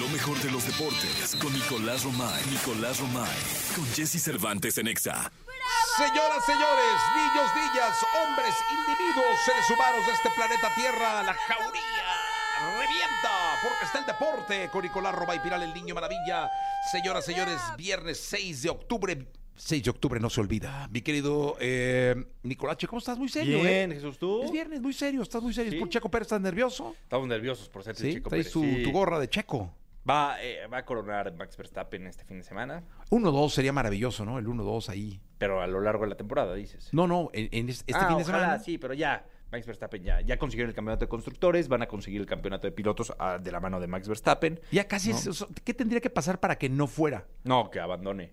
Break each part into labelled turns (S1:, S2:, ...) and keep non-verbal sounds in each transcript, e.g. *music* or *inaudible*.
S1: Lo mejor de los deportes con Nicolás Romay. Nicolás Romay. Con Jesse Cervantes en Exa.
S2: Señoras, señores, niños, niñas, hombres, individuos, seres humanos de este planeta Tierra, la jauría revienta porque está el deporte con Nicolás Romay Piral, el niño maravilla. Señoras, señores, viernes 6 de octubre. 6 de octubre no se olvida. Mi querido eh, Nicolache, ¿cómo estás? Muy serio,
S3: Bien,
S2: ¿eh?
S3: Jesús, ¿tú?
S2: Es viernes, muy serio, estás muy serio.
S3: Sí.
S2: ¿Es por Checo Pérez estás nervioso?
S3: Estamos nerviosos por ser el
S2: Sí,
S3: Checo
S2: traes
S3: Pérez.
S2: tu,
S3: Sí.
S2: tu gorra de Checo.
S3: Va, eh, va a coronar Max Verstappen este fin de semana,
S2: 1-2 sería maravilloso, ¿no? El 1-2 ahí.
S3: pero a lo largo de la temporada, dices.
S2: No, no, en, en es- este
S3: Ah,
S2: fin de
S3: ojalá,
S2: semana.
S3: sí, pero ya. Max Verstappen ya, ya consiguieron el campeonato de constructores, van a conseguir el campeonato de pilotos ah, de la mano de Max Verstappen.
S2: Ya casi es- so- ¿Qué tendría que pasar para que no fuera?
S3: No, que abandone.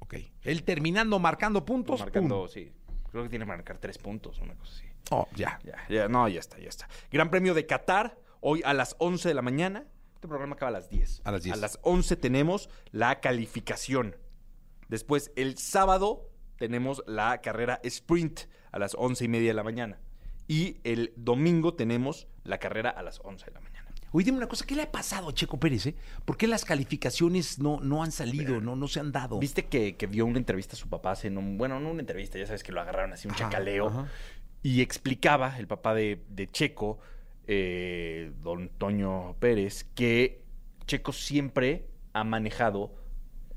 S2: Ok. Él terminando marcando puntos.
S3: Marcando,
S2: pum.
S3: sí. Creo que tiene que marcar tres puntos, una cosa así.
S2: Oh, ya.
S3: Ya, ya, no, ya está, ya está. Gran Premio de Qatar, hoy a las 11 de la mañana. Este programa acaba a las 10.
S2: A las 10.
S3: A las 11 tenemos la calificación. Después, el sábado, tenemos la carrera sprint a las 11 y media de la mañana. Y el domingo tenemos la carrera a las 11 de la mañana.
S2: Oye, dime una cosa, ¿qué le ha pasado a Checo Pérez? eh? ¿Por qué las calificaciones no, no han salido, no, no se han dado?
S3: ¿Viste que, que dio una entrevista a su papá hace, no- bueno, no una entrevista, ya sabes que lo agarraron así, un
S2: Ajá,
S3: chacaleo,
S2: ajá.
S3: y explicaba el papá de, de Checo, eh, don Toño Pérez, que Checo siempre ha manejado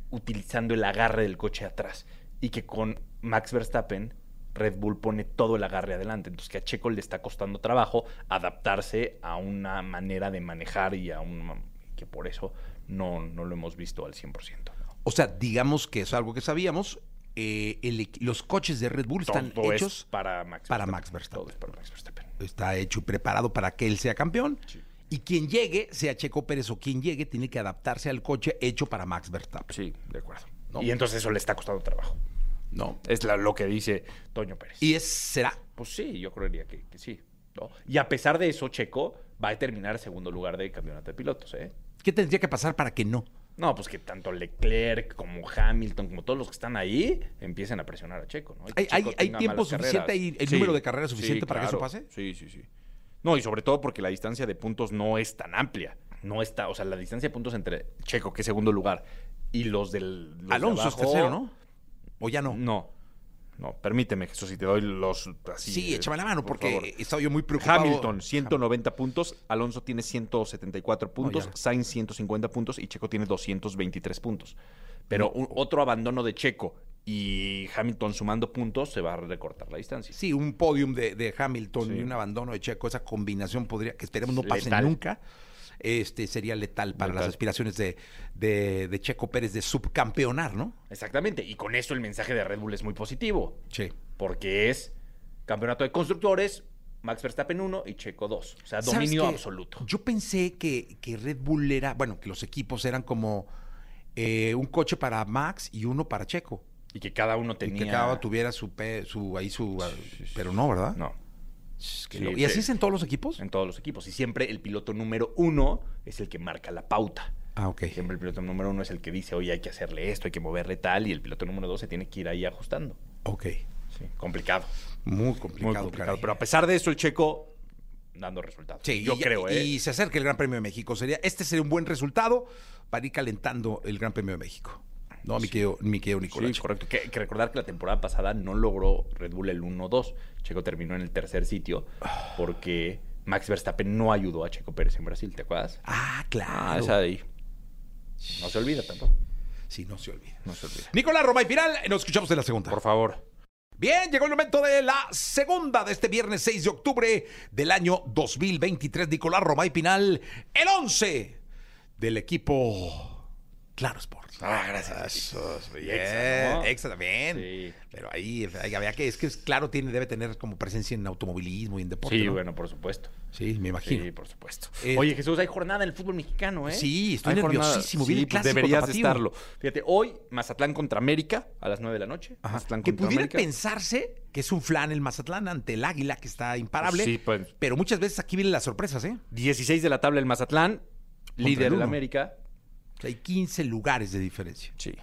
S3: utilizando el agarre del coche atrás y que con Max Verstappen Red Bull pone todo el agarre adelante, entonces que a Checo le está costando trabajo adaptarse a una manera de manejar y a un... que por eso no, no lo hemos visto al 100%.
S2: O sea, digamos que es algo que sabíamos. eh, el equ- los coches de Red Bull están
S3: Todo es
S2: hechos,
S3: para Max
S2: para
S3: Verstappen.
S2: Max Verstappen.
S3: Todo es para Max Verstappen.
S2: está hecho y preparado para que él sea campeón.
S3: Sí.
S2: Y quien llegue, sea Checo Pérez o quien llegue, tiene que adaptarse al coche hecho para Max Verstappen.
S3: Sí, de acuerdo.
S2: No.
S3: Y entonces eso le está costando trabajo.
S2: No.
S3: Es la- lo que dice Toño Pérez.
S2: Y es, será.
S3: pues sí, yo creería que, que sí. ¿no? Y a pesar de eso, Checo va a terminar en segundo lugar del campeonato de pilotos, ¿eh?
S2: ¿Qué tendría que pasar para que no?
S3: No, pues que tanto Leclerc como Hamilton, como todos los que están ahí, empiecen a presionar a Checo, ¿no? Y que
S2: ¿Hay-
S3: Checo
S2: hay- hay
S3: tenga
S2: tiempo
S3: malas
S2: suficiente ahí, el número de carreras suficiente para que eso pase?
S3: Sí, sí, sí. No, y sobre todo porque la distancia de puntos no es tan amplia. No está, o sea, la distancia de puntos entre Checo, que es segundo lugar, y los del. los de
S2: Alonso es
S3: abajo,
S2: tercero, ¿no? ¿O ya no?
S3: No. No, permíteme, Jesús, si te doy los. Así,
S2: Sí,
S3: eh,
S2: échame la mano
S3: por
S2: porque
S3: favor.
S2: estaba yo muy preocupado.
S3: Hamilton, 190 puntos. Alonso tiene 174 puntos.
S2: ya.
S3: Sainz, 150 puntos. Y Checo tiene 223 puntos. Pero un- otro abandono de Checo y Hamilton sumando puntos se va a recortar la distancia.
S2: Sí, un podium de, de Hamilton
S3: Sí.
S2: y un abandono de Checo, esa combinación podría, que esperemos no pase
S3: Letal.
S2: nunca, este sería letal para las
S3: Letal.
S2: aspiraciones de, de- de Checo Pérez de subcampeonar, ¿no?
S3: Exactamente. Y con eso el mensaje de Red Bull es muy positivo.
S2: Sí.
S3: Porque es campeonato de constructores, Max Verstappen 1 y Checo 2. O sea,
S2: ¿Sabes
S3: dominio
S2: qué?
S3: absoluto.
S2: Yo pensé que, que Red Bull era, bueno, que los equipos eran como eh, un coche para Max y uno para Checo.
S3: Y que cada uno tenía.
S2: Y que cada uno tuviera su, pe- su ahí su... Pero no, ¿verdad?
S3: No.
S2: Qué
S3: Sí,
S2: loco. ¿Y
S3: sí.
S2: así es en todos los equipos?
S3: en todos los equipos. Y siempre el piloto número uno es el que marca la pauta.
S2: Ah, ok.
S3: Siempre el piloto número uno es el que dice, oye, hay que hacerle esto, hay que moverle tal, y el piloto número dos se tiene que ir ahí ajustando.
S2: Ok.
S3: Sí, complicado.
S2: Muy complicado,
S3: Muy complicado.
S2: caray.
S3: Pero a pesar de eso, el checo dando resultados.
S2: Sí,
S3: yo
S2: y-
S3: creo, ¿eh?
S2: Y se acerca el Gran Premio de México. Sería, este sería un buen resultado para ir calentando el Gran Premio de México. No, mi querido, mi querido
S3: Sí,
S2: Nicolás.
S3: correcto. Que, que recordar que la temporada pasada no logró Red Bull el 1-2. Checo terminó en el tercer sitio porque Max Verstappen no ayudó a Checo Pérez en Brasil, ¿te acuerdas?
S2: Ah, claro.
S3: Ah, esa de ahí. No se olvida tampoco.
S2: Sí, no se olvida.
S3: No se olvida.
S2: Nicolás Roma y Piral, nos escuchamos en la segunda.
S3: Por favor.
S2: Bien, llegó el momento de la segunda de este viernes 6 de octubre del año 2023. Nicolás Romay Pinal, el 11 del equipo Claro Sports.
S3: Ah, gracias.
S2: Eso es bien.
S3: Exa, ¿no?
S2: Exa también.
S3: Sí.
S2: Pero ahí, ahí había que, es que es claro, tiene, debe tener como presencia en automovilismo y en deporte.
S3: Sí,
S2: ¿no?
S3: bueno, por supuesto.
S2: Sí, me imagino.
S3: Sí, por supuesto.
S2: Eh,
S3: Oye, Jesús, hay jornada en el fútbol mexicano, ¿eh?
S2: Sí, estoy
S3: Hay jornada.
S2: nerviosísimo, viene el
S3: pues
S2: clásico
S3: deberías de
S2: tapatío.
S3: estarlo. Fíjate, hoy Mazatlán contra América a las 9 de la noche.
S2: Ajá.
S3: Mazatlán
S2: Que
S3: contra
S2: pudiera
S3: América.
S2: pensarse que es un flan el Mazatlán ante el Águila, que está imparable.
S3: Sí, pues.
S2: Pero muchas veces aquí vienen las sorpresas, ¿eh?
S3: 16 de la tabla el Mazatlán,
S2: el
S3: líder del
S2: uno.
S3: América.
S2: O sea, hay 15 lugares de diferencia.
S3: Sí.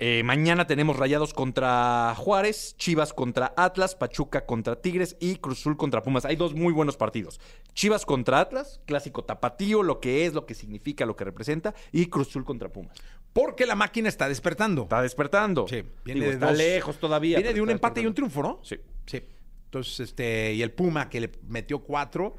S3: Eh, mañana tenemos Rayados contra Juárez, Chivas contra Atlas, Pachuca contra Tigres y Cruzul contra Pumas. Hay dos muy buenos partidos. Chivas contra Atlas, clásico tapatío, lo que es, lo que significa, lo que representa, y Cruzul contra Pumas.
S2: Porque la máquina está despertando.
S3: Está despertando.
S2: Sí, viene
S3: Digo,
S2: de
S3: está
S2: dos-
S3: lejos todavía.
S2: Viene
S3: pero
S2: de un
S3: está
S2: empate y un
S3: despertando.
S2: triunfo, ¿no?
S3: Sí.
S2: Sí. Entonces, este, y el Puma que le metió cuatro,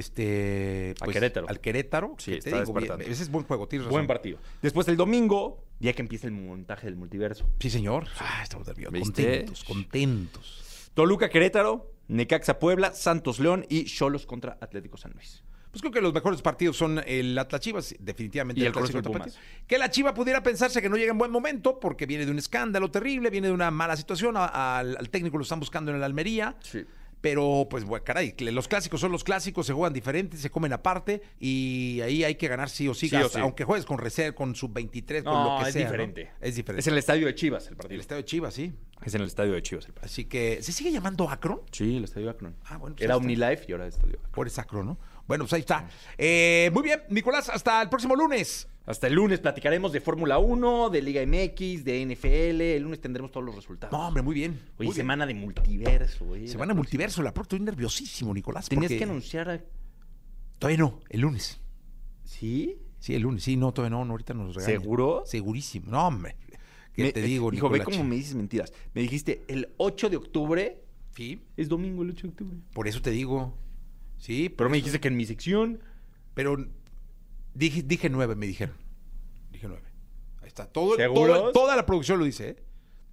S2: este.
S3: A Querétaro.
S2: Al Querétaro.
S3: Sí,
S2: que te
S3: está
S2: digo, bien,
S3: despertando.
S2: ese es buen juego, tienes razón.
S3: Buen partido. Después el domingo, ya que empieza el montaje del multiverso.
S2: Sí, señor. Ah, estamos nerviosos.
S3: ¿Viste?
S2: Contentos, contentos.
S3: Toluca Querétaro, Necaxa Puebla, Santos León y Cholos contra Atlético San Luis.
S2: Pues creo que los mejores partidos son el Atlas Chivas, definitivamente.
S3: Y el
S2: Atlas
S3: Cruz Azul
S2: Chivas. Que la Chiva pudiera pensarse que no llega en buen momento porque viene de un escándalo terrible, viene de una mala situación. a- al, al técnico lo están buscando en el Almería.
S3: Sí.
S2: Pero, pues, bueno, caray, que los clásicos son los clásicos, se juegan diferentes, se comen aparte y ahí hay que ganar sí o sí,
S3: Sí o
S2: hasta-
S3: sí.
S2: aunque juegues con reserva, con sub-23, con
S3: No,
S2: lo que
S3: es
S2: sea. ¿no?
S3: diferente.
S2: Es diferente.
S3: Es en el estadio de Chivas el
S2: el
S3: partido.
S2: estado de Chivas, sí.
S3: Es en el estadio de Chivas el partido.
S2: Así que, ¿se sigue llamando Akron?
S3: Sí, el estadio Akron.
S2: Ah, bueno, pues
S3: Era
S2: ahí está.
S3: OmniLife y ahora es estadio Akron.
S2: Por es Akron, ¿no? Bueno, pues ahí está. Eh, muy bien, Nicolás, hasta el próximo lunes.
S3: Hasta el lunes platicaremos de Fórmula 1, de Liga MX, de NFL. El lunes tendremos todos los resultados.
S2: No, hombre, muy bien.
S3: Oye,
S2: muy bien.
S3: semana de multiverso. Oye,
S2: Semana multiverso, la próxima. Estoy nerviosísimo, Nicolás.
S3: Tenías
S2: porque-
S3: que anunciar. a-
S2: Todavía no, el lunes.
S3: ¿Sí?
S2: Sí, el lunes. Sí, no, todavía no, no ahorita nos regañan.
S3: ¿Seguro?
S2: Segurísimo. No, hombre. ¿Qué
S3: Me-
S2: te digo,
S3: Hijo, ve
S2: Nicolás?
S3: cómo me dices mentiras. Me dijiste el 8 de octubre.
S2: Sí,
S3: Es domingo el 8 de octubre.
S2: por eso te digo. Sí,
S3: Pero me dijiste que en mi sección.
S2: Pero dije, dije nueve, me dijeron. Dije nueve. Ahí está. Todo,
S3: ¿Seguros?
S2: todo- toda la producción lo dice, ¿eh?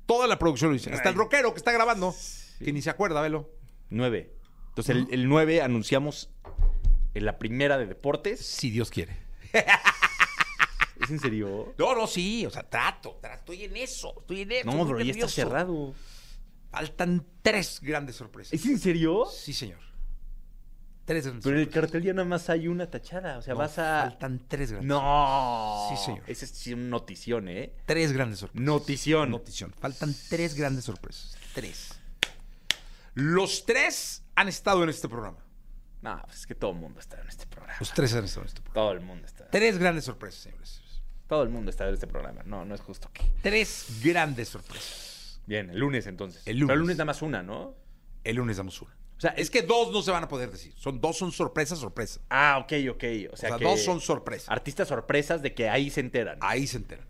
S2: Toda la producción lo dice. Hasta el rockero que está grabando, que ni se acuerda, velo.
S3: 9. Entonces, el, el 9 anunciamos en la primera de deportes.
S2: Si Dios quiere.
S3: ¿Es en serio?
S2: No, no, sí. O sea, trato, trato. Estoy en eso. Estoy en eso.
S3: No,
S2: estoy
S3: pero ya está
S2: nervioso.
S3: cerrado.
S2: Faltan tres grandes sorpresas.
S3: ¿Es en serio?
S2: Sí, señor. Tres grandes
S3: Pero en el
S2: sorpresas.
S3: cartel ya nada más hay una tachada. O sea,
S2: No,
S3: vas a.
S2: Faltan tres grandes
S3: No.
S2: Sí, señor.
S3: Esa es sí una notición, ¿eh?
S2: Tres grandes sorpresas.
S3: Notición.
S2: Notición. Faltan tres grandes sorpresas. Tres. Los tres han estado en este programa.
S3: No, pues es que todo el mundo está en este programa.
S2: Los tres han estado en este programa.
S3: Todo el mundo está.
S2: Tres grandes sorpresas, señores.
S3: Todo el mundo está en este programa. No, no es justo que.
S2: Tres grandes sorpresas.
S3: Bien, el lunes entonces.
S2: El
S3: Pero
S2: lunes.
S3: el lunes nada más una, ¿no?
S2: El lunes damos una.
S3: O sea,
S2: Es que dos no se van a poder decir. Son dos son sorpresas, sorpresa.
S3: Ah, ok, ok. O sea,
S2: O sea,
S3: que
S2: dos Ah. son sorpresas.
S3: Artistas sorpresas de que ahí se enteran.
S2: Ahí se enteran.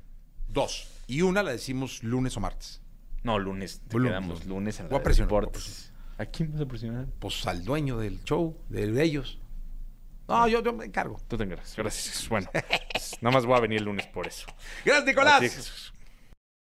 S2: Dos. Y una la decimos lunes o martes.
S3: No, lunes. Te
S2: Lunes,
S3: quedamos lunes en
S2: Voy
S3: la
S2: a
S3: de
S2: presionar, voy a
S3: deportes. ¿A quién vas a presionar?
S2: Pues al dueño del show, de de ellos. No, yo, yo me encargo. *laughs*
S3: Tú te encargas. Gracias. Bueno, pues, nada más voy a venir el lunes por eso.
S2: Gracias, Nicolás.
S3: Así es.